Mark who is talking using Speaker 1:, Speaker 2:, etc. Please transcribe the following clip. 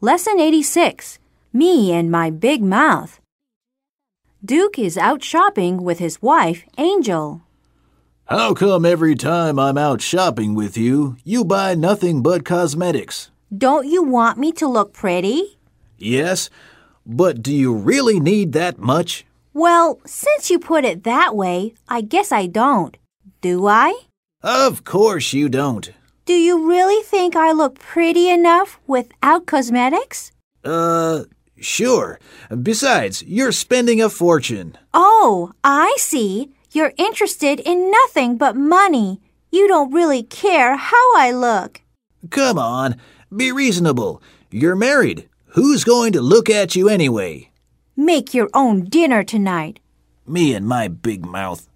Speaker 1: Lesson 86 Me and My Big Mouth. Duke is out shopping with his wife, Angel.
Speaker 2: How come every time I'm out shopping with you, you buy nothing but cosmetics?
Speaker 1: Don't you want me to look pretty?
Speaker 2: Yes, but do you really need that much?
Speaker 1: Well, since you put it that way, I guess I don't. Do I?
Speaker 2: Of course you don't.
Speaker 1: Do you really think I look pretty enough without cosmetics?
Speaker 2: Uh, sure. Besides, you're spending a fortune.
Speaker 1: Oh, I see. You're interested in nothing but money. You don't really care how I look.
Speaker 2: Come on, be reasonable. You're married. Who's going to look at you anyway?
Speaker 1: Make your own dinner tonight.
Speaker 2: Me and my big mouth.